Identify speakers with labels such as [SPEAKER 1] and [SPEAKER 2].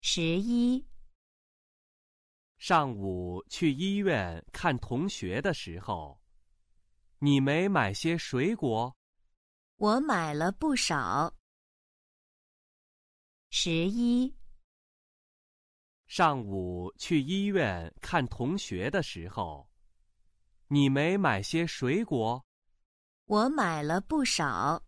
[SPEAKER 1] 十一，
[SPEAKER 2] 上午去医院看同学的时候，你没买些水果？
[SPEAKER 1] 我买了不少。十一，
[SPEAKER 2] 上午去医院看同学的时候，你没买些水果？
[SPEAKER 1] 我买了不少。